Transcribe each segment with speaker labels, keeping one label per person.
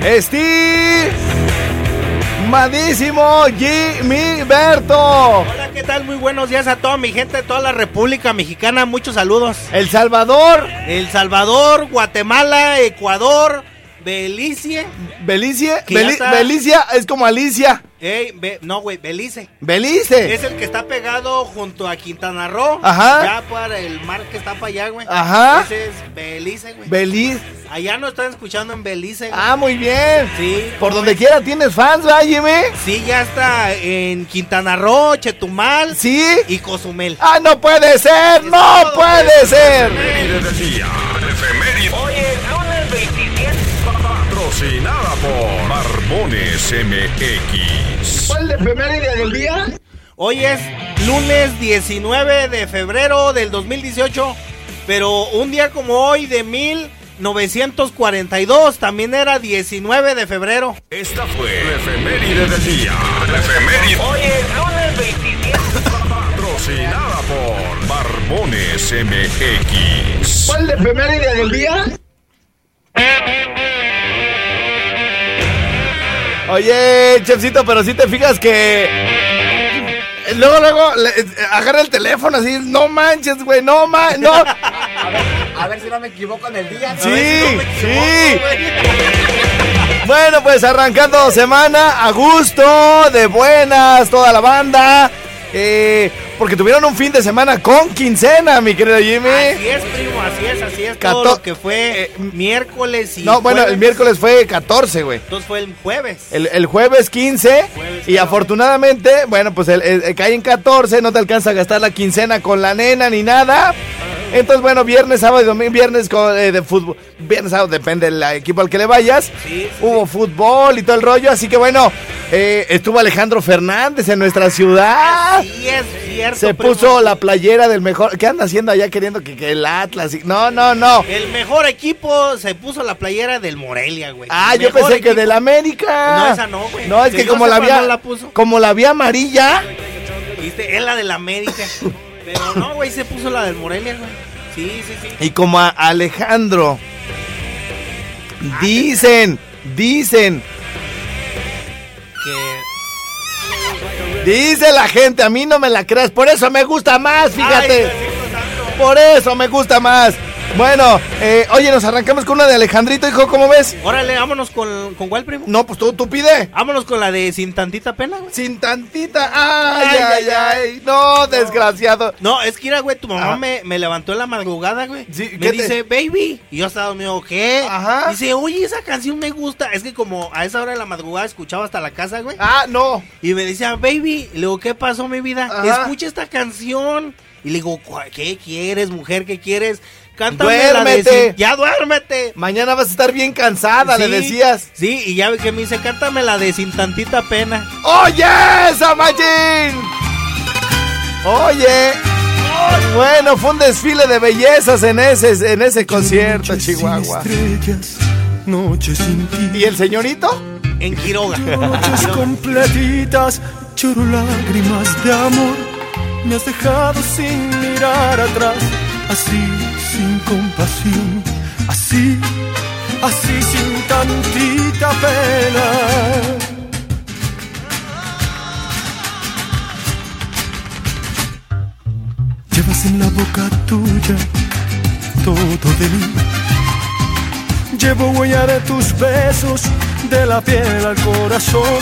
Speaker 1: Mi estimadísimo Jimmy Berto,
Speaker 2: Hola, ¿qué tal? Muy buenos días a toda mi gente de toda la República Mexicana. Muchos saludos.
Speaker 1: El Salvador,
Speaker 2: El Salvador, Guatemala, Ecuador, Belice.
Speaker 1: Belice,
Speaker 2: Que ya
Speaker 1: Beli-
Speaker 2: está-
Speaker 1: Belicia es como Alicia,
Speaker 2: Ey, Be- no, güey, Belice.
Speaker 1: Belice,
Speaker 2: Es el que está pegado junto a Quintana Roo.
Speaker 1: Eh. Ajá.
Speaker 2: Ya para el mar que está para allá, güey.
Speaker 1: Ajá.
Speaker 2: Ese es Belice, güey.
Speaker 1: Belice.
Speaker 2: allá nos están escuchando en Belice, güey.
Speaker 1: Ah, muy bien.
Speaker 2: Sí.
Speaker 1: Por
Speaker 2: ¿cómo
Speaker 1: donde
Speaker 2: ves?
Speaker 1: quiera tienes fans, ¿verdad, Jimmy?
Speaker 2: Sí, ya está en Quintana Roo, Chetumal
Speaker 1: Sí.
Speaker 2: y Cozumel.
Speaker 1: Ah, no puede ser, no
Speaker 2: todo,
Speaker 1: puede ser.
Speaker 3: efemérides del día. Efemérides. Hoy es lunes 27. Patrocinada por Marmones MX.
Speaker 1: ¿Cuál de efeméride del día?
Speaker 2: Hoy es lunes 19 de febrero del 2018, pero un día como hoy de 1942 también era 19 de febrero.
Speaker 3: Esta fue la efeméride del día. La efeméride. Hoy es lunes 27. Patrocinada por Marmones MX.
Speaker 1: ¿Cuál de efeméride del día? Oye, chefcito, pero si te fijas que. Luego, luego, le- eh, agarra el teléfono así, no manches, güey, no manches, no.
Speaker 4: A ver si no me equivoco en el día.
Speaker 1: Sí, sí. Bueno, pues arrancando semana, a gusto, de buenas, toda la banda. eh, porque tuvieron un fin de semana con quincena, mi querido Jimmy.
Speaker 2: Así es, primo, así es, así es. Todo
Speaker 1: Cató-
Speaker 2: lo que fue
Speaker 1: eh,
Speaker 2: miércoles y
Speaker 1: No, bueno,
Speaker 2: jueves.
Speaker 1: el miércoles Eh, fue 14, güey.
Speaker 2: Entonces fue el jueves.
Speaker 1: El, el jueves 15
Speaker 2: Jueves,
Speaker 1: y
Speaker 2: claro.
Speaker 1: afortunadamente, bueno, pues el, el- el cae en 14, no te alcanza a gastar la quincena con la nena ni nada. Entonces, bueno, viernes, sábado y domingo, viernes con, eh, de fútbol, viernes, sábado, depende del equipo al que le vayas.
Speaker 2: Sí, sí,
Speaker 1: Hubo fútbol y todo el rollo, así que bueno, eh, estuvo Alejandro Fernández en nuestra ciudad.
Speaker 2: Así Ah, es cierto.
Speaker 1: Se
Speaker 2: primo.
Speaker 1: puso la playera del mejor. ¿Qué anda haciendo allá queriendo que, que el Atlas? y- No, no, no.
Speaker 2: El mejor equipo se puso la playera del Morelia, güey.
Speaker 1: Ah,
Speaker 2: El
Speaker 1: yo
Speaker 2: mejor
Speaker 1: pensé que
Speaker 2: equipo.
Speaker 1: del América.
Speaker 2: No, esa no, güey.
Speaker 1: No, es
Speaker 2: Que
Speaker 1: que
Speaker 2: yo
Speaker 1: como la
Speaker 2: sepa,
Speaker 1: vía.
Speaker 2: no la puso.
Speaker 1: Como la vía amarilla.
Speaker 2: Viste, es la del América. Pero no, güey, se puso la del Morelia, güey. Sí, sí, sí.
Speaker 1: Y como a Alejandro. Dicen, dicen,
Speaker 2: Que
Speaker 1: dice la gente, a mí no me la creas, por eso me gusta más, fíjate.
Speaker 2: Ay, Diosito santo.
Speaker 1: por eso me gusta más. Bueno, eh, oye, nos arrancamos con una de Alejandrito, hijo, ¿cómo ves?
Speaker 2: Órale, vámonos con, con cuál, primo.
Speaker 1: No, pues tú, tú pide.
Speaker 2: Vámonos con la de sin tantita pena, güey.
Speaker 1: Sin tantita. Ay, ay, ay. No, desgraciado.
Speaker 2: No, es que mira, güey, tu mamá
Speaker 1: Ah.
Speaker 2: me, me levantó en la madrugada, güey.
Speaker 1: Sí, ¿qué
Speaker 2: me
Speaker 1: te-
Speaker 2: dice, baby. Y yo estaba dormido, ¿qué?
Speaker 1: Ajá.
Speaker 2: Dice, oye, esa canción me gusta. Es que como a esa hora de la madrugada escuchaba hasta la casa, güey.
Speaker 1: Ah, no.
Speaker 2: Y me decía, baby, y le digo, ¿qué pasó, mi vida?
Speaker 1: Ajá.
Speaker 2: Escucha esta canción. Y le digo, "¿Cuál- ¿qué quieres, mujer? ¿Qué quieres? Cántame la
Speaker 1: Duérmete.
Speaker 2: de sin- Ya duérmete.
Speaker 1: Mañana vas a estar bien cansada, le
Speaker 2: Sí,
Speaker 1: decías.
Speaker 2: Sí, y ya ve que me dice, cántame la de sin tantita pena.
Speaker 1: Oh, ¡Oye, Samajin! ¡Oye! Bueno, fue un desfile de bellezas en ese, en ese concierto,
Speaker 5: Noches sin
Speaker 1: Chihuahua.
Speaker 5: estrellas, noches sin ti.
Speaker 1: ¿Y el señorito?
Speaker 2: En Quiroga.
Speaker 5: Noches completitas, lloro lágrimas de amor. Me has dejado sin mirar atrás, así sin compasión, así, así sin tantita pena. Llevas en la boca tuya todo de mí. Llevo huella de tus besos, de la piel al corazón.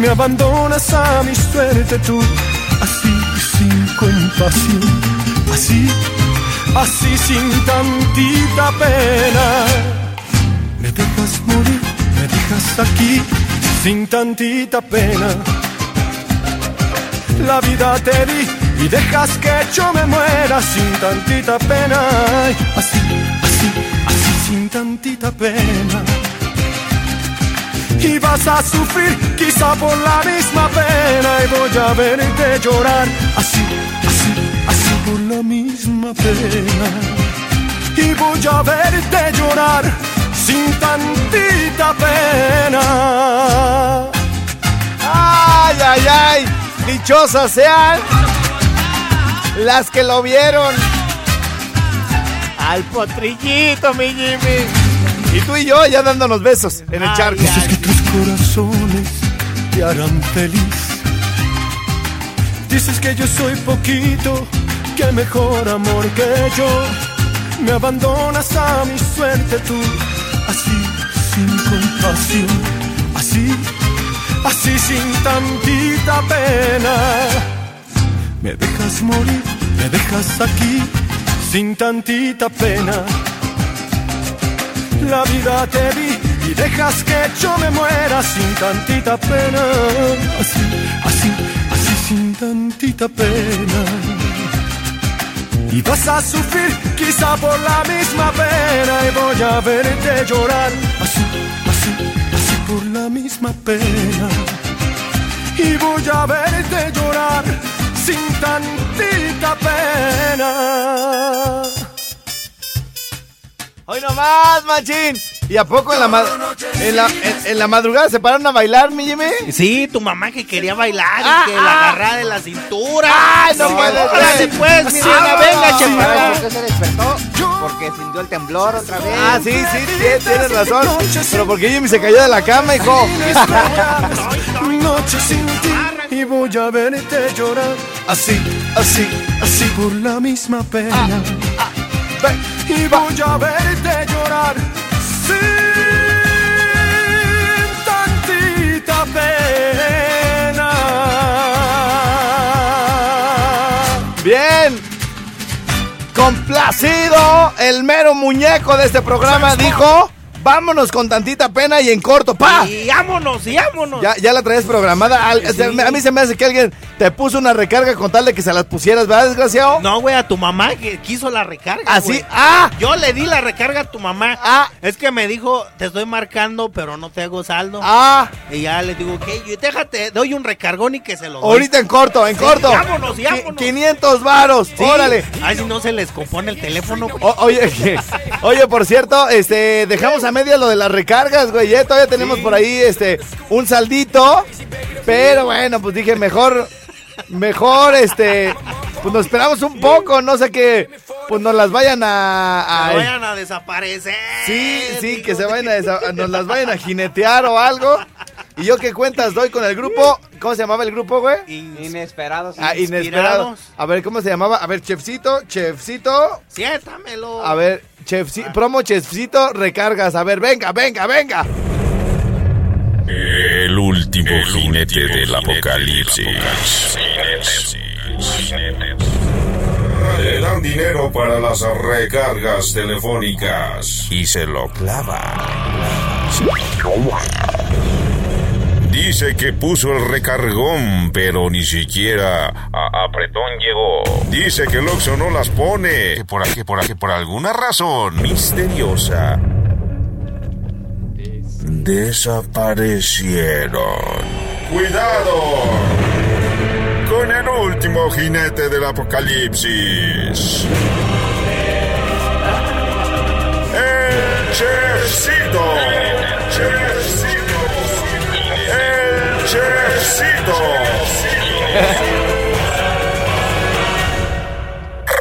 Speaker 5: Me abandonas a mi suerte tú, así sin compasión, así, así sin tantita pena. Me dejas morir, me dejas aquí, sin tantita pena. La vida te di y dejas que yo me muera sin tantita pena. Ah Ay, así, así, así, ah sin tantita pena. Y vas a sufrir quizá por la misma pena y voy a verte llorar así, así, así por la misma pena y voy a verte llorar sin tantita pena.
Speaker 1: ¡Ay, ay, ay! ¡Dichosas sean las que lo vieron!
Speaker 2: Al potrillito, mi Jimmy.
Speaker 1: Y tú y yo ya dándonos besos en el charco.
Speaker 5: Dices que tus corazones te harán feliz. Dices que yo soy poquito, que mejor amor que yo. Me abandonas a mi suerte tú, así sin compasión, así, así sin tantita pena. Me dejas morir, me dejas aquí sin tantita pena. La vida te di y dejas que yo me muera sin tantita pena. Así, así, así sin tantita pena. Y vas a sufrir quizá por la misma pena y voy a verte llorar. Así, así, así por la misma pena. Y voy a verte llorar sin tantita pena.
Speaker 1: ¡Hoy nomás, machín! ¿Y a poco en la, ma- en la, en- en la madrugada se pararon a bailar, mi Jimmy?
Speaker 2: Sí, tu mamá que quería bailar y
Speaker 1: Ah,
Speaker 2: que
Speaker 1: ah.
Speaker 2: la agarraba de la cintura.
Speaker 1: ¡Ay, no
Speaker 2: Sí,
Speaker 1: puede
Speaker 2: órale,
Speaker 1: ser!
Speaker 2: pues, mi reina, venga,
Speaker 4: ¿Sabes por
Speaker 2: chaparra.
Speaker 4: qué se despertó? Porque sintió el temblor otra vez.
Speaker 1: Ah, sí, sí, sí, tienes razón. Pero porque Jimmy se cayó de la cama, hijo.
Speaker 5: Noche sin ti y voy a verte llorar así, así, así por la misma pena. Y voy a verte llorar sin tantita pena.
Speaker 1: Bien. Complacido, el mero muñeco de este programa dijo, vámonos con tantita pena y en corto, pa.
Speaker 2: Y vámonos, y vámonos.
Speaker 1: Ya, ya la traes programada. Al- se- A mí se me hace que alguien te puso una recarga con tal de que se las pusieras, ¿verdad, desgraciado?
Speaker 2: No, güey, a tu mamá que quiso la recarga.
Speaker 1: Así,
Speaker 2: güey.
Speaker 1: ah,
Speaker 2: Yo le di la recarga a tu mamá.
Speaker 1: Ah.
Speaker 2: Es que me dijo, te estoy marcando, pero no te hago saldo.
Speaker 1: ah.
Speaker 2: Y ya le digo, ok, yo- déjate, doy un recargón y que se lo doy.
Speaker 1: Ahorita en corto, en
Speaker 2: Sí,
Speaker 1: corto.
Speaker 2: vámonos, sí,
Speaker 1: Qui-
Speaker 2: vámonos.
Speaker 1: 500 varos,
Speaker 2: Sí.
Speaker 1: órale.
Speaker 2: Ay, si no se les compone el teléfono.
Speaker 1: O- oye, que- oye, por cierto, este, dejamos a media lo de las recargas, güey. ¿eh? Todavía tenemos por ahí, este, un saldito. Pero bueno, pues dije, mejor, mejor, este, pues nos esperamos un poco, no sé qué, pues nos las vayan a... a-
Speaker 2: Que vayan a desaparecer.
Speaker 1: sí, sí,
Speaker 2: digo.
Speaker 1: que se vayan a, desa- nos las vayan a jinetear o algo. Y yo qué cuentas doy con el grupo, ¿cómo se llamaba el grupo, güey?
Speaker 2: Y-
Speaker 4: Inesperados.
Speaker 1: Ah, inesperado.
Speaker 2: Inspirados.
Speaker 1: A ver, ¿cómo se llamaba? A ver, chefcito, chefcito.
Speaker 2: Siéntamelo.
Speaker 1: A ver, chefci- promo chefcito, recargas. A ver, venga, venga, venga.
Speaker 3: El último jinete del apocalipsis. Le dan dinero para las recargas telefónicas y se lo clava. Dice que puso el recargón, pero ni siquiera a apretón llegó. Dice que el Oxxo no las pone. Que por, que por, que por alguna razón misteriosa desaparecieron. ¡Cuidado! Con el último jinete del apocalipsis. El Chefcito. Chefcito. El Chefcito.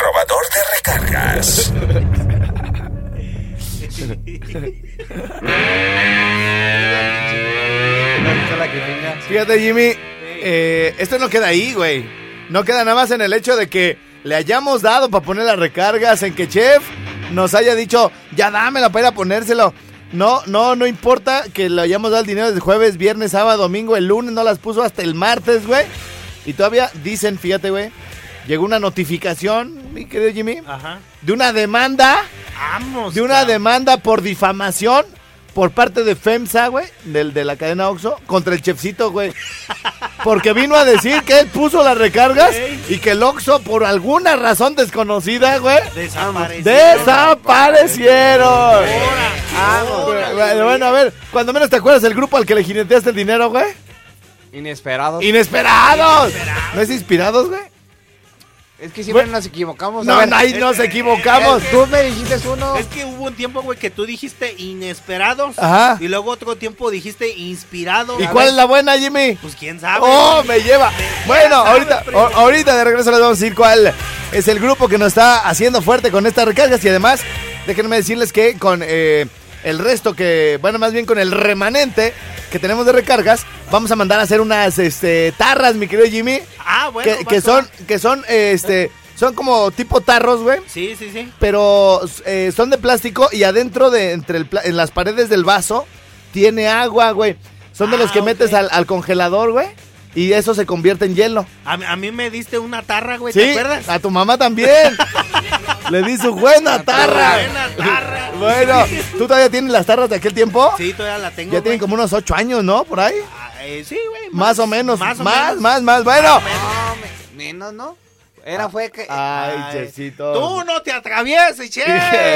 Speaker 3: Robador de recargas.
Speaker 1: Fíjate, Jimmy, eh, esto no queda ahí, güey. No queda nada más en el hecho de que le hayamos dado para poner las recargas, en que Chef nos haya dicho, ya dámela para ir a ponérselo. No, no, no importa que le hayamos dado el dinero desde jueves, viernes, sábado, domingo, el lunes, no las puso hasta el martes, güey. Y todavía dicen, fíjate, güey, llegó una notificación, mi querido Jimmy,
Speaker 2: Ajá.
Speaker 1: de una demanda
Speaker 2: Vamos.
Speaker 1: de una
Speaker 2: cabrón.
Speaker 1: demanda por difamación por parte de FEMSA, güey, del, de la cadena Oxxo, contra el chefcito, güey. Porque vino a decir que él puso las recargas y que el Oxxo, por alguna razón desconocida, güey, desaparecieron.
Speaker 4: Vamos,
Speaker 1: Güey, güey, Bueno, a ver, cuando menos te acuerdas del grupo al que le jineteaste el dinero, güey.
Speaker 4: Inesperado.
Speaker 1: ¡Inesperados! ¿No es inspirados, güey?
Speaker 4: Es que siempre
Speaker 1: Güey.
Speaker 4: nos equivocamos. a
Speaker 1: No,
Speaker 4: ver,
Speaker 1: no, ahí nos equivocamos.
Speaker 4: Tú me dijiste uno.
Speaker 2: Es que hubo un tiempo, güey, que tú dijiste inesperados.
Speaker 1: Ajá.
Speaker 2: Y luego otro tiempo dijiste inspirados.
Speaker 1: ¿Y
Speaker 2: A
Speaker 1: cuál
Speaker 2: ver,
Speaker 1: es la buena, Jimmy?
Speaker 2: Pues quién sabe.
Speaker 1: ¡Oh, me lleva! Bueno, ahorita,
Speaker 2: primo.
Speaker 1: o- ahorita de regreso les vamos a decir cuál es el grupo que nos está haciendo fuerte con estas recargas. Y además, déjenme decirles que con eh, el resto que, bueno, más bien con el remanente que tenemos de recargas, vamos a mandar a hacer unas este, tarras, mi querido Jimmy.
Speaker 2: Ah, bueno.
Speaker 1: que,
Speaker 2: vato.
Speaker 1: que son, que son, eh, este, son como tipo tarros, güey.
Speaker 2: Sí, sí, sí.
Speaker 1: pero eh, son de plástico y adentro de entre el pla- en las paredes del vaso tiene agua, güey. Son de los
Speaker 2: Ah,
Speaker 1: que
Speaker 2: ok.
Speaker 1: metes al, al congelador, güey, y eso se convierte en hielo.
Speaker 2: A, a mí me diste una tarra, güey,
Speaker 1: ¿Sí?
Speaker 2: ¿te acuerdas?
Speaker 1: A tu mamá también. Le di su buena tarra.
Speaker 2: Buena tarra.
Speaker 1: Bueno, ¿tú todavía tienes las tarras de aquel tiempo?
Speaker 2: Sí, todavía la tengo.
Speaker 1: Ya tienen
Speaker 2: güey.
Speaker 1: como unos ocho años, ¿no? Por ahí.
Speaker 2: Ah, eh, sí, güey.
Speaker 1: Más o menos. Más,
Speaker 2: Más o
Speaker 1: más,
Speaker 2: menos.
Speaker 1: más. Bueno.
Speaker 4: No, me- menos, ¿no? Era fue que.
Speaker 1: Ay,
Speaker 2: Tú
Speaker 1: Chesito.
Speaker 2: no te atravieses, che.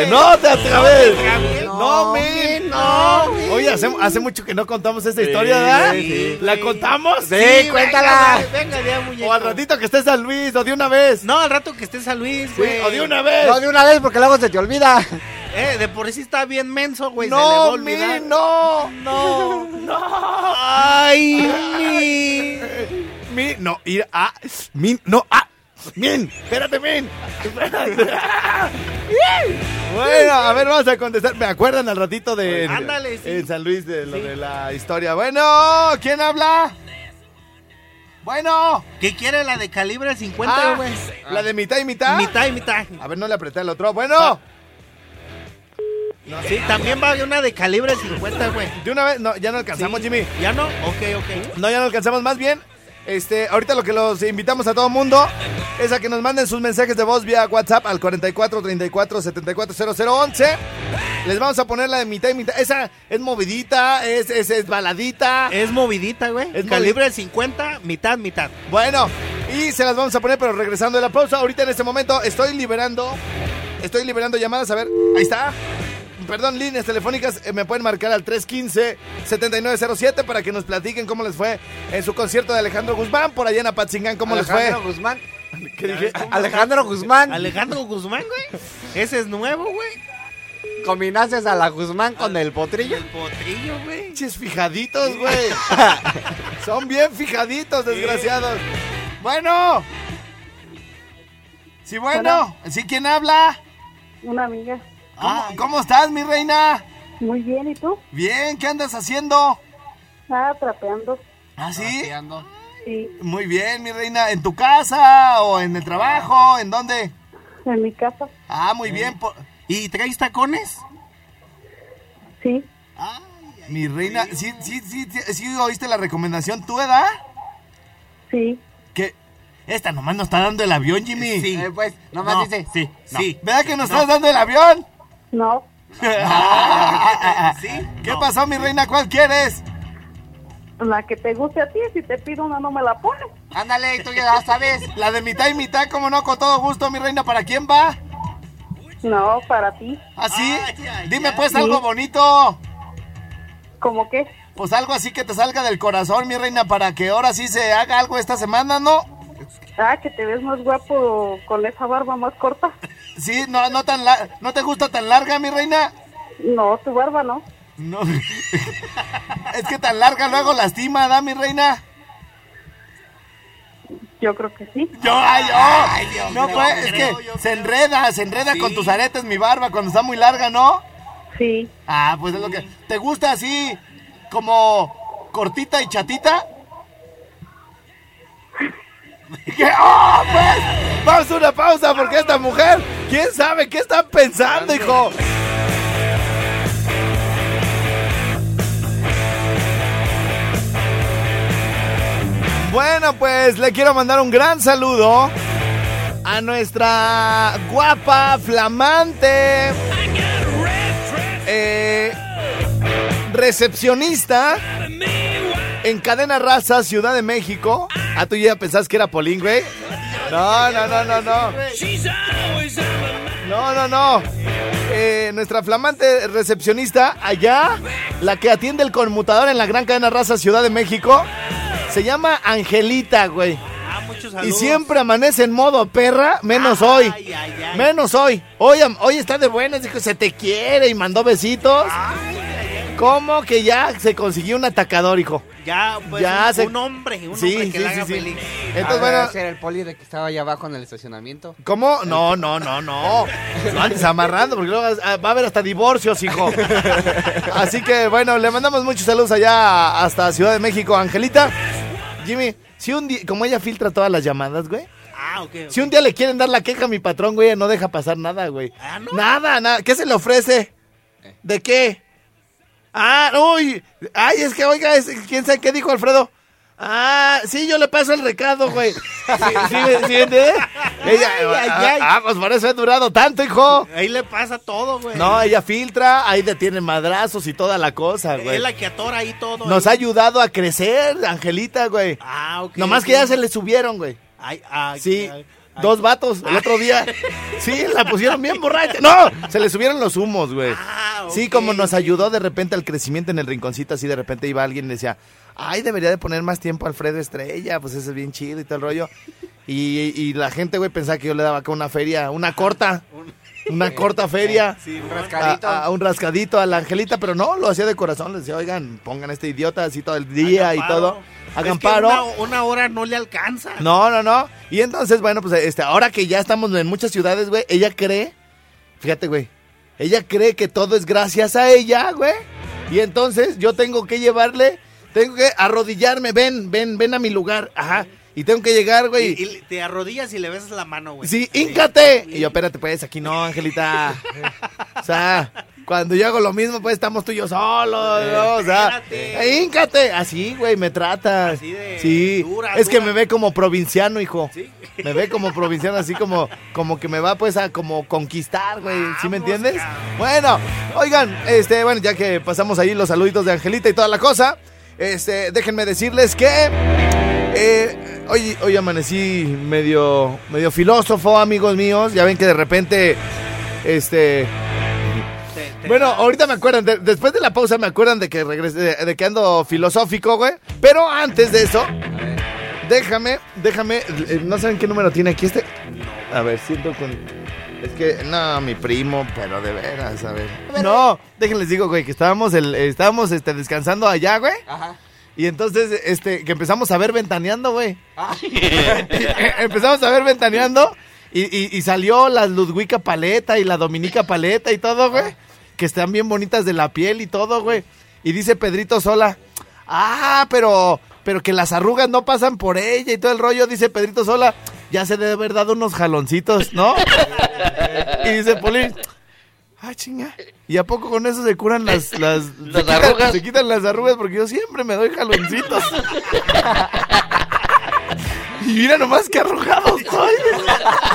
Speaker 1: No te atreves.
Speaker 2: atravieses.
Speaker 1: No, men, no. Oye, hace, hace mucho que no contamos esta historia, ¿verdad?
Speaker 2: sí,
Speaker 1: ¿La
Speaker 2: sí.
Speaker 1: contamos?
Speaker 4: Sí, cuéntala.
Speaker 2: Venga, güey, venga, ya, muñeco.
Speaker 1: O al ratito que estés San Luis, o de una vez.
Speaker 2: No, al rato que estés a Luis,
Speaker 1: Sí,
Speaker 2: güey.
Speaker 1: o de una vez.
Speaker 4: No de una vez porque luego se te olvida.
Speaker 2: Eh, de por sí está bien menso, güey. se le va
Speaker 1: No,
Speaker 2: a
Speaker 1: mi,
Speaker 2: olvidar.
Speaker 1: no. No.
Speaker 2: Ay,
Speaker 1: Mi, no, ir a. Min, no, ah. Min, espérate, Min. Espérate. Bueno, a ver, vamos a contestar. ¿Me acuerdan al ratito de.
Speaker 2: Pues, Ándale, sí.
Speaker 1: En San Luis de lo
Speaker 2: Sí.
Speaker 1: de la historia. Bueno, ¿quién habla? Bueno.
Speaker 2: mi. ¿Qué quiere la de calibre 50,
Speaker 1: Ah,
Speaker 2: güey?
Speaker 1: la de mitad y mitad.
Speaker 2: Mitad Ah. y mitad.
Speaker 1: A ver, no le apreté al otro. Bueno,
Speaker 2: Sí, también va una de calibre 50, güey.
Speaker 1: de una vez, no, ya no alcanzamos,
Speaker 2: Sí.
Speaker 1: Jimmy.
Speaker 2: ¿Ya no? Ok, ok.
Speaker 1: No, ya no alcanzamos. Más bien, este, ahorita lo que los invitamos a todo mundo es a que nos manden sus mensajes de voz vía WhatsApp al 44 34 74 0011. Les vamos a poner la de mitad y mitad. Esa es movidita, es, es, es baladita.
Speaker 2: Es movidita, güey.
Speaker 1: Es
Speaker 2: Calibre 50, mitad, mitad.
Speaker 1: Bueno, y se las vamos a poner, pero regresando de la pausa, ahorita en este momento estoy liberando, estoy liberando llamadas, a ver, ahí está. Perdón, líneas telefónicas, eh, me pueden marcar al 315-7907 para que nos platiquen cómo les fue en su concierto de Alejandro Guzmán, por allá en Apatzingán, cómo
Speaker 4: Alejandro
Speaker 1: les
Speaker 4: Guzmán.
Speaker 1: fue. ¿Qué dije?
Speaker 4: Alejandro Guzmán.
Speaker 2: Alejandro Guzmán, güey. Ese es nuevo, güey.
Speaker 4: Combinaste a la Guzmán con el potrillo.
Speaker 2: El potrillo, güey.
Speaker 1: Pinches fijaditos, güey. Son bien fijaditos, desgraciados. Bueno. Sí, bueno. ¿Sí quién habla?
Speaker 6: Una amiga.
Speaker 1: ¿Cómo, ¿Cómo estás, mi reina?
Speaker 6: Muy bien, ¿y tú?
Speaker 1: Bien, ¿qué andas haciendo?
Speaker 6: Ah, trapeando.
Speaker 1: ¿Ah, sí?
Speaker 6: Sí,
Speaker 1: Muy bien, mi reina. ¿En tu casa o en el trabajo? ¿En dónde?
Speaker 6: en mi casa.
Speaker 1: Ah, muy bien. por-
Speaker 2: ¿Y traes tacones?
Speaker 6: Sí,
Speaker 1: Mi reina, ¿sí, sí, sí, sí, sí oíste la recomendación tu edad?
Speaker 6: sí.
Speaker 1: Que esta nomás nos está dando el avión, Jimmy.
Speaker 2: Sí.
Speaker 4: Eh, pues, nomás
Speaker 2: No,
Speaker 4: dice.
Speaker 2: Sí,
Speaker 1: No.
Speaker 2: sí.
Speaker 1: ¿Verdad que nos estás dando el avión?
Speaker 6: No,
Speaker 2: ¿Sí?
Speaker 1: ¿Qué pasó, mi reina? ¿Cuál quieres?
Speaker 6: la que te guste a ti, si te pido una no me la pones.
Speaker 4: Ándale, y tú ya sabes.
Speaker 1: La de mitad y mitad, como no, con todo gusto, mi reina. ¿Para quién va?
Speaker 6: No, para ti.
Speaker 1: ¿Así?
Speaker 2: Ay, ay,
Speaker 1: Dime pues
Speaker 6: Sí.
Speaker 1: algo bonito.
Speaker 6: ¿Cómo qué?
Speaker 1: Pues algo así que te salga del corazón, mi reina, para que ahora sí se haga algo esta semana, ¿no?
Speaker 6: Ah, que te ves más guapo con esa barba más corta.
Speaker 1: Sí, no, no tan la- no te gusta tan larga, mi reina.
Speaker 6: No, tu barba no.
Speaker 1: No. es que tan larga luego lastima, ¿da, mi reina?
Speaker 6: Yo creo que sí.
Speaker 1: Yo, ay, oh, no,
Speaker 2: mío,
Speaker 1: pues, es
Speaker 2: creo,
Speaker 1: que
Speaker 2: yo
Speaker 1: se enreda, se enreda con tus aretes, mi barba, cuando está muy larga, ¿no?
Speaker 6: Sí,
Speaker 1: Ah, pues es lo que. ¿Te gusta así, como cortita y chatita? ¿Qué? ¡Oh, pues! Vamos a una pausa porque esta mujer, quién sabe qué está pensando, hijo. Bueno, pues le quiero mandar un gran saludo a nuestra guapa, flamante, eh, recepcionista en Cadena Raza, Ciudad de México. Ah, tú ya pensás que era Polín, güey. No, no, no, no, no. No, no, no. Eh, nuestra flamante recepcionista allá, la que atiende el conmutador en la gran cadena Raza Ciudad de México, se llama Angelita, güey.
Speaker 2: Ah, muchos
Speaker 1: Y
Speaker 2: saludos.
Speaker 1: siempre amanece en modo perra, menos
Speaker 2: Ay,
Speaker 1: hoy.
Speaker 2: ay, ay.
Speaker 1: Menos hoy. Hoy, am- hoy está de buenas, dijo, se te quiere y mandó besitos. ¿Cómo que ya se consiguió un atacador, hijo?
Speaker 2: Ya, pues,
Speaker 1: Ya
Speaker 2: un,
Speaker 1: se-
Speaker 2: un hombre, un
Speaker 1: Sí,
Speaker 2: hombre que
Speaker 1: sí,
Speaker 2: la
Speaker 1: sí,
Speaker 2: haga
Speaker 1: sí.
Speaker 2: feliz.
Speaker 1: Entonces, bueno,
Speaker 4: Ah, era el poli de que estaba allá abajo en el estacionamiento.
Speaker 1: ¿Cómo? No, no, no, no. No andes amarrando, porque luego ah, va a haber hasta divorcios, hijo. Así que, bueno, le mandamos muchos saludos allá hasta Ciudad de México. Angelita, Jimmy, si un día, como ella filtra todas las llamadas, güey.
Speaker 2: Ah, ok. ok.
Speaker 1: Si un día le quieren dar la queja a mi patrón, güey, no deja pasar nada, güey.
Speaker 2: Ah, ¿no?
Speaker 1: Nada, nada. ¿Qué se le ofrece? ¿De qué? Ah, uy. Ay, es que, oiga, es- quién sabe qué dijo Alfredo. Ah, sí, yo le paso el recado, güey. ¿Sí, sí, sí, ¿eh? Ella,
Speaker 2: Ay, ay,
Speaker 1: ah,
Speaker 2: ay.
Speaker 1: ah, pues por eso he durado tanto, hijo.
Speaker 2: Ahí le pasa todo, güey.
Speaker 1: No, ella filtra, ahí detiene madrazos y toda la cosa, güey.
Speaker 2: es la que atora ahí todo.
Speaker 1: Nos ha
Speaker 2: ahí.
Speaker 1: ayudado a crecer, Angelita, güey.
Speaker 2: Ah, ok.
Speaker 1: Nomás
Speaker 2: ok.
Speaker 1: que ya se le subieron, güey.
Speaker 2: Ay, ay,
Speaker 1: Sí,
Speaker 2: ay, ay.
Speaker 1: dos vatos el otro día. Sí, la pusieron bien borracha. ¡No! Se le subieron los humos, güey.
Speaker 2: Ah,
Speaker 1: Sí,
Speaker 2: ok,
Speaker 1: como nos
Speaker 2: ok.
Speaker 1: ayudó de repente al crecimiento en el rinconcito, así de repente iba alguien y decía, ay, debería de poner más tiempo a Alfredo Estrella, pues ese es bien chido y todo el rollo. Y, y la gente, güey, pensaba que yo le daba acá una feria, una corta, una corta feria.
Speaker 2: Sí,
Speaker 4: Un
Speaker 2: bueno.
Speaker 4: rascadito.
Speaker 1: A, a un rascadito a la angelita, pero no, lo hacía de corazón. Le decía, oigan, pongan a este idiota así todo el día
Speaker 2: Hagan
Speaker 1: y
Speaker 2: paro.
Speaker 1: todo. Hagan
Speaker 2: Es que
Speaker 1: paro.
Speaker 2: Una, una hora no le alcanza.
Speaker 1: No, no, no. Y entonces, bueno, pues este, ahora que ya estamos en muchas ciudades, güey, ella cree, fíjate, güey, ella cree que todo es gracias a ella, güey. Y entonces yo tengo que llevarle, tengo que arrodillarme, ven, ven, ven a mi lugar, ajá. Y tengo que llegar,
Speaker 2: Y,
Speaker 1: güey.
Speaker 2: y te arrodillas y le besas la mano, güey.
Speaker 1: Sí, íncate. Y yo, espérate, pues, aquí no, Angelita. O sea, cuando yo hago lo mismo, pues estamos tú y yo solos, ¿no? O sea,
Speaker 2: Espérate.
Speaker 1: eh, íncate. Así, güey, me tratas.
Speaker 2: Así de
Speaker 1: sí.
Speaker 2: dura,
Speaker 1: es que
Speaker 2: dura.
Speaker 1: me ve como provinciano, hijo.
Speaker 2: Sí.
Speaker 1: Me ve como provinciano, así como, como que me va, pues, a como conquistar, güey. ¿Sí me
Speaker 2: Vamos,
Speaker 1: entiendes?
Speaker 2: cabrón.
Speaker 1: Bueno, oigan, este, bueno, ya que pasamos ahí los saluditos de Angelita y toda la cosa, este, déjenme decirles que. Eh, hoy, hoy amanecí medio, medio filósofo, amigos míos. Ya ven que de repente, este...
Speaker 2: Te- te-
Speaker 1: Bueno, ahorita me acuerdan, de- después de la pausa me acuerdan de que, regresé, de, de que ando filosófico, güey. Pero antes de eso, déjame, déjame... eh, ¿No saben qué número tiene aquí este? A ver, siento con... Es que, no, mi primo, pero de veras, a ver. No, déjenles digo, güey, que estábamos, el, estábamos este, descansando allá, güey.
Speaker 4: Ajá.
Speaker 1: Y entonces, este, que empezamos a ver ventaneando, güey. empezamos a ver ventaneando y, y- y salió la Ludwica Paleta y la Dominica Paleta y todo, güey. Que están bien bonitas de la piel y todo, güey. Y dice Pedrito Sola, ah, pero, pero que las arrugas no pasan por ella y todo el rollo, dice Pedrito Sola. Ya se debe haber dado unos jaloncitos, ¿no? y dice Poli, ah, chinga. ¿Y a poco con eso se curan las, las, se quitan-
Speaker 7: arrugas.
Speaker 1: se quitan las arrugas porque yo siempre me doy jaloncitos. Y mira nomás que arrugado estoy.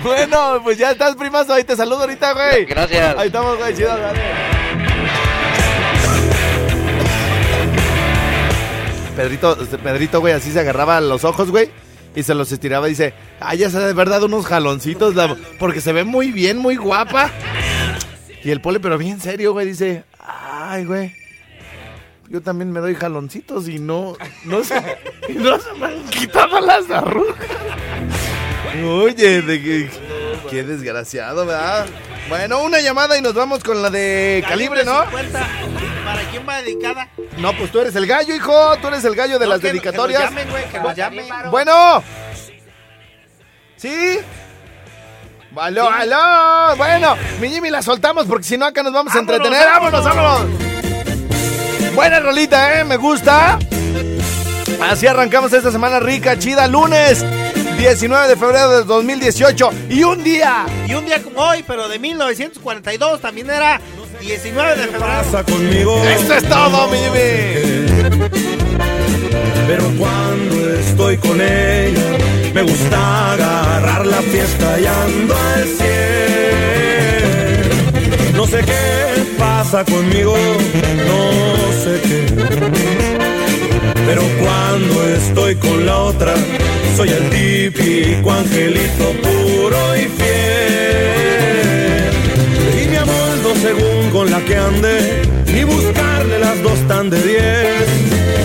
Speaker 1: bueno, pues ya estás, primazo. Ahí te saludo ahorita, güey.
Speaker 7: Gracias.
Speaker 1: Ahí estamos, güey. Chido, dale. Pedrito, este, Pedrito, güey, así se agarraba los ojos, güey. Y se los estiraba y dice, ay, ya se de verdad unos jaloncitos, la- porque se ve muy bien, muy guapa. Y el pole, pero bien serio, güey, dice, ay, güey, yo también me doy jaloncitos y no, no se, y no se me han quitado las arrugas. Oye, de que- qué desgraciado, ¿verdad? Bueno, una llamada y nos vamos con la de calibre, ¿no?
Speaker 2: 50. ¿Para quién va dedicada?
Speaker 1: No, pues tú eres el gallo, hijo, tú eres el gallo de
Speaker 2: No,
Speaker 1: las
Speaker 2: que-
Speaker 1: dedicatorias.
Speaker 2: Que nos llamen, güey, que nos llamen.
Speaker 1: Pues Bueno. ¿Sí? Aló, aló. Bueno, mi Jimmy la soltamos porque si no acá nos vamos a pues,
Speaker 2: Vámonos,
Speaker 1: entretener. Vámonos, vámonos. Buena rolita, ¿eh? Me gusta. Así arrancamos esta semana rica, chida, lunes 19 de febrero de 2018. Y un día.
Speaker 2: Y un día como hoy, pero de 1942, también era 19 de febrero.
Speaker 5: Pasa conmigo.
Speaker 1: Esto es todo, mi Jimmy.
Speaker 5: Pero cuando estoy con ella, me gusta agarrar la fiesta y ando al cien. No No sé qué pasa conmigo, no sé qué. Pero cuando estoy con la otra, soy el típico angelito puro y fiel. Y me amoldo según con la que ande, ni buscarle las dos tan de diez.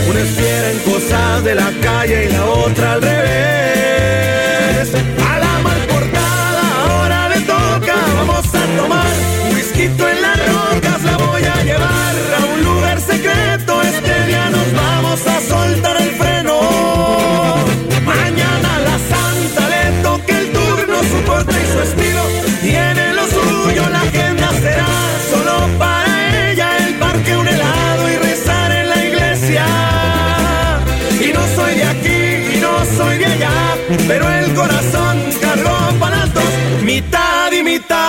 Speaker 5: Una es fiera en cosas de la calle y la otra al revés. A la mal portada ahora le toca, vamos a tomar un whisky en las rocas, la voy a llevar a un lugar secreto. Este día nos vamos a soltar el freno. Mañana la santa le toca el turno, su porte y su estilo tiene lo suyo. La agenda será solo para ella, el parque, un helado y rezar en la iglesia. Y no soy de aquí y no soy de allá, pero el corazón cargó para las dos, mitad y mitad.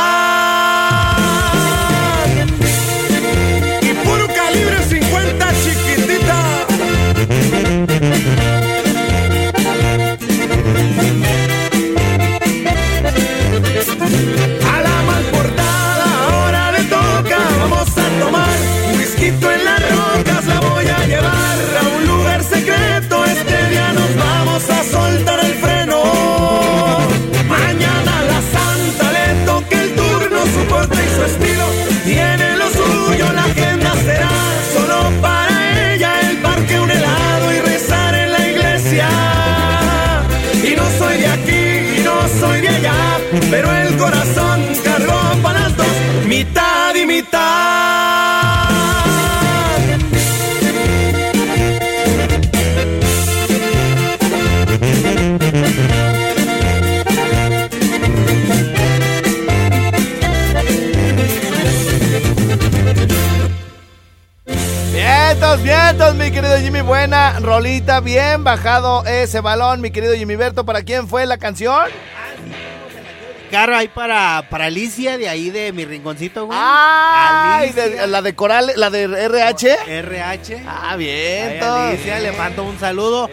Speaker 5: Y puro calibre 50 chiquitita. A la mal portada ahora le toca. Vamos a tomar un whisky en las rocas. La voy a llevar a un lugar secreto. Este día nos vamos a soltar el freno. Mañana la santa le toca el turno. Su porte y su estilo tiene lo suyo. La agenda será solo para ella. El parque, un helado y rezar en la iglesia. Y no soy de aquí y no soy de allá, pero el corazón cargó para las dos, mitad y mitad.
Speaker 1: Vientos, vientos, mi querido Jimmy. Buena rolita, bien bajado ese balón, mi querido Jimmy Berto. ¿Para quién fue la canción?
Speaker 2: Caro ahí para, para Alicia de ahí de mi rinconcito, güey.
Speaker 1: ¡Ay!
Speaker 2: Alicia,
Speaker 1: de- la de Coral, la de RH.
Speaker 2: RH.
Speaker 1: Ah,
Speaker 2: Ay,
Speaker 1: vientos.
Speaker 2: Alicia, le mando un saludo.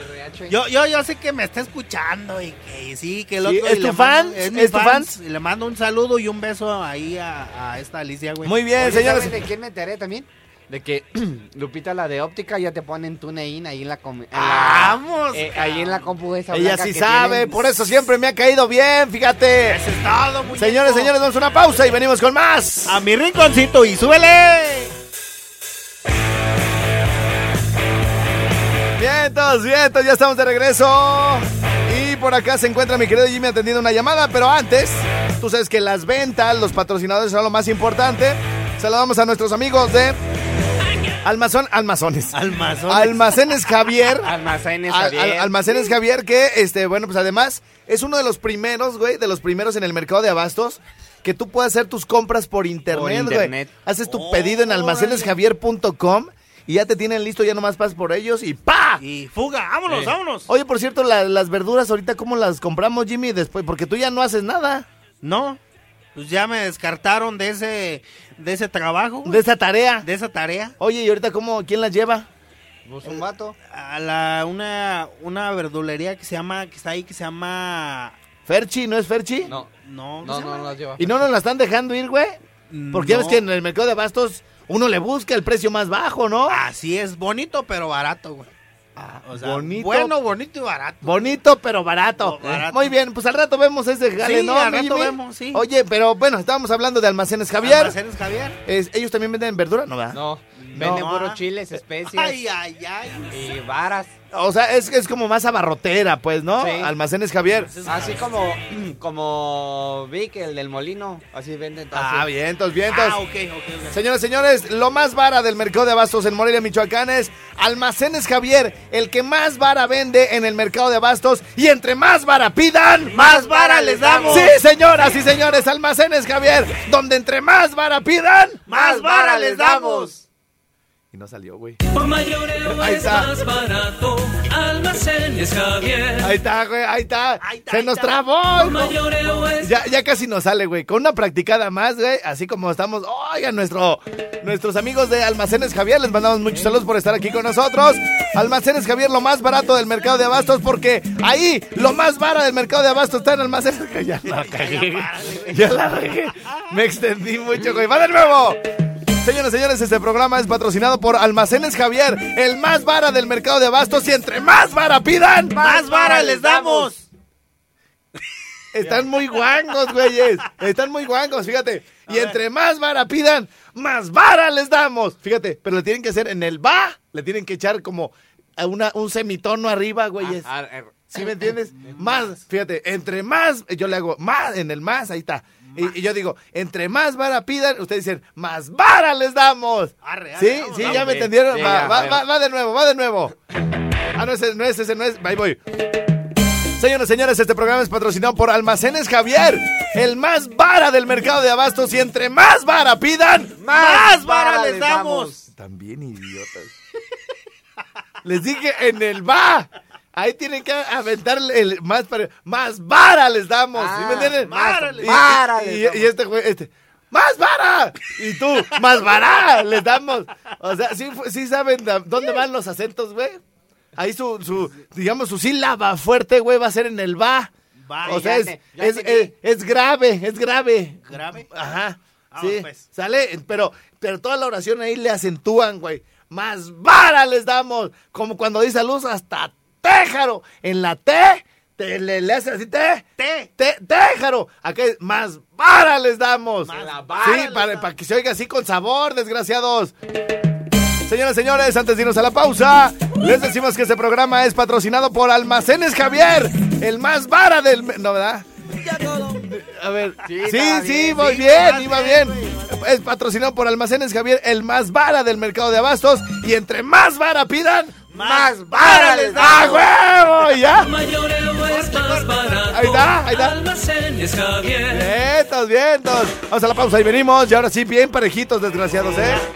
Speaker 2: Yo, yo, yo sé que me está escuchando y que sí, que el
Speaker 1: Sí,
Speaker 2: otro.
Speaker 1: ¿es
Speaker 2: y
Speaker 1: tu
Speaker 2: le mando-
Speaker 1: fans?
Speaker 2: es mi
Speaker 1: ¿Es tu
Speaker 2: fans,
Speaker 1: fans?
Speaker 2: y le mando un saludo y un beso ahí a, a esta Alicia, güey.
Speaker 1: Muy bien,
Speaker 4: Oye,
Speaker 1: ah. señores.
Speaker 4: ¿saben de quién me enteré también? De que Lupita, la de óptica, ya te ponen TuneIn ahí en la... com- en la-
Speaker 2: ¡Vamos!
Speaker 4: eh, ahí en la compu esa
Speaker 1: Ella
Speaker 4: blanca
Speaker 1: sí
Speaker 4: que
Speaker 1: sabe,
Speaker 4: tienen.
Speaker 1: por eso siempre me ha caído bien, fíjate.
Speaker 2: Pues, Eso es todo, muñeco.
Speaker 1: Señores, señores, vamos a una pausa y venimos con más.
Speaker 2: A mi rinconcito y súbele.
Speaker 1: Vientos, vientos, ya estamos de regreso. Y por acá se encuentra mi querido Jimmy atendiendo una llamada, pero antes, tú sabes que las ventas, los patrocinadores son lo más importante. Saludamos a nuestros amigos de Almazón, Almazones.
Speaker 2: Almazón.
Speaker 1: Almacenes Javier.
Speaker 4: Almacenes,
Speaker 1: Al-
Speaker 4: Javier.
Speaker 1: al- Almacenes Javier, que este, bueno, pues además es uno de los primeros, güey, de los primeros en el mercado de abastos que tú puedes hacer tus compras por internet,
Speaker 4: internet.
Speaker 1: güey. Haces tu pedido en almacenesjavier.com y ya te tienen listo, ya nomás pasas por ellos y ¡pa!
Speaker 2: Y fuga, vámonos, vámonos.
Speaker 1: Oye, por cierto, la- las verduras ahorita, ¿cómo las compramos, Jimmy? Después, porque tú ya no haces nada
Speaker 2: No, pues ya me descartaron de ese, de ese trabajo, güey,
Speaker 1: de esa tarea.
Speaker 2: de esa tarea.
Speaker 1: Oye, ¿y ahorita cómo, quién las lleva?
Speaker 4: Pues un vato.
Speaker 2: a la una una verdulería que se llama que está ahí que se llama
Speaker 1: ¿Ferchi? ¿No es Ferchi?
Speaker 4: No,
Speaker 2: no ¿cómo
Speaker 4: no,
Speaker 2: se
Speaker 4: no,
Speaker 2: llama?
Speaker 4: no lleva.
Speaker 1: ¿Y no nos la están dejando ir, güey? Porque ya ves
Speaker 2: No.
Speaker 1: que en el mercado de abastos uno le busca el precio más bajo, ¿no?
Speaker 2: así es bonito pero barato güey Ah, O sea,
Speaker 1: bonito.
Speaker 2: bueno bonito y barato
Speaker 1: Bonito, pero barato.
Speaker 2: Oh, barato.
Speaker 1: Muy bien, pues al rato vemos ese jale,
Speaker 2: Sí,
Speaker 1: ¿no?
Speaker 2: al rato
Speaker 1: Jimmy?
Speaker 2: vemos, sí.
Speaker 1: Oye, pero bueno, estábamos hablando de almacenes Javier.
Speaker 2: Almacenes Javier
Speaker 1: Es- ¿Ellos también venden verdura? No, ¿verdad?
Speaker 4: No, vende
Speaker 2: No.
Speaker 4: puro chiles, especies
Speaker 2: ay ay ay
Speaker 4: y varas.
Speaker 1: O sea, es, es como más abarrotera, pues, ¿no?
Speaker 4: Sí.
Speaker 1: Almacenes Javier.
Speaker 4: Así como, como Vic, el del molino. Así venden.
Speaker 1: Ah,
Speaker 4: así.
Speaker 1: vientos, vientos.
Speaker 2: ah ok ok, ok.
Speaker 1: Señoras, señores, lo más vara del mercado de abastos en Morelia, Michoacán es Almacenes Javier, el que más vara vende en el mercado de abastos y entre más vara pidan,
Speaker 2: más vara les damos
Speaker 1: Sí, señoras y señores, Almacenes Javier, donde entre más vara pidan,
Speaker 2: más vara les damos
Speaker 1: Y no salió, güey.
Speaker 7: Por mayoreo
Speaker 1: Ahí
Speaker 7: es
Speaker 1: está.
Speaker 7: más barato. Almacenes Araceli es Javier.
Speaker 1: Ahí está, güey, ahí está.
Speaker 2: Ahí está,
Speaker 1: Se
Speaker 2: ahí
Speaker 1: nos
Speaker 2: está.
Speaker 1: trabó. hijo.
Speaker 7: Mayoreo es
Speaker 1: Ya, ya casi nos sale, güey. Con una practicada más, güey. Así como estamos. Oigan, nuestro, nuestros amigos de Almacenes Javier, les mandamos muchos saludos por estar aquí con nosotros. Almacenes Javier, lo más barato del mercado de abastos, porque ahí lo más barato del mercado de abastos está en Almacenes. Ya la cagué. Ya la regué. Me extendí mucho, güey. ¡Va de nuevo! Señoras y señores, este programa es patrocinado por Almacenes Javier, el más vara del mercado de abastos. Y entre más vara pidan,
Speaker 2: ¡Más vara les damos!
Speaker 1: Están muy guangos, güeyes. Están muy guangos, fíjate. Y entre más vara pidan, más vara les damos. Fíjate, pero le tienen que hacer en el va, le tienen que echar como a una, un semitono arriba, güeyes.
Speaker 4: Ah, ah,
Speaker 1: ¿Sí me entiendes? Más, fíjate, entre más, yo le hago más, en el más, ahí está. Y, y yo digo, entre más vara pidan, ustedes dicen, más vara les damos.
Speaker 2: Arre, arre,
Speaker 1: sí,
Speaker 2: vamos,
Speaker 1: sí,
Speaker 2: vamos.
Speaker 1: ya me
Speaker 4: Sí,
Speaker 1: entendieron.
Speaker 4: sí,
Speaker 1: va,
Speaker 4: ya,
Speaker 1: va-
Speaker 4: bueno.
Speaker 1: va- va de nuevo, va de nuevo. Ah, no, ese no es, ese no es. Ahí voy. Señoras y señores, este programa es patrocinado por Almacenes Javier, el más vara del mercado de abastos. Y entre más vara pidan,
Speaker 2: ¡Más vara les damos!
Speaker 1: también idiotas. Les dije en el va. Ahí tienen que aventar el más para- más vara les damos. ¿sí me entienden?
Speaker 2: Ah, más
Speaker 1: Y-
Speaker 4: vara
Speaker 1: y,
Speaker 4: les
Speaker 1: y-
Speaker 4: damos.
Speaker 1: y este güey, este, más vara. Y tú, más vara les damos. O sea, sí, fu- sí saben da- dónde van los acentos, güey. Ahí su, su, digamos, su sílaba fuerte, güey, va a ser en el va.
Speaker 2: Va.
Speaker 1: o sea,
Speaker 4: Ya
Speaker 1: es,
Speaker 4: te- ya
Speaker 1: es-
Speaker 4: entendí.
Speaker 1: es- es grave, es grave.
Speaker 2: ¿Grave?
Speaker 1: Ajá.
Speaker 2: Ah,
Speaker 1: sí.
Speaker 2: pues.
Speaker 1: Sale, pero, pero toda la oración ahí le acentúan, güey. Más vara les damos. Como cuando dice luz hasta téjaro. En la T, te, le, le haces así, te.
Speaker 2: Te.
Speaker 1: te- Téjaro. Acá es más vara les damos.
Speaker 2: Más la vara
Speaker 1: Sí,
Speaker 2: les
Speaker 1: para,
Speaker 2: damos.
Speaker 1: para que se oiga así con sabor, desgraciados. Señoras y señores, antes de irnos a la pausa, les decimos que este programa es patrocinado por Almacenes Javier, el más vara del... me- No, ¿verdad? A ver, sí, sí,
Speaker 4: estaba bien,
Speaker 1: muy
Speaker 2: sí,
Speaker 1: bien,
Speaker 2: estás
Speaker 1: iba bien.
Speaker 2: bien,
Speaker 1: Es patrocinado por Almacenes Javier, el más vara del mercado de abastos. Y entre más vara pidan,
Speaker 2: ¡Más vara les
Speaker 1: ¡a
Speaker 2: damos!
Speaker 1: ¡ah, huevo! ¿Ya?
Speaker 7: mayoreo es más barato.
Speaker 1: Ahí está, ahí está.
Speaker 7: Almacén es Javier.
Speaker 1: Vientos, vientos. Vamos a la pausa y venimos. Y ahora sí, bien parejitos, desgraciados, ¿eh?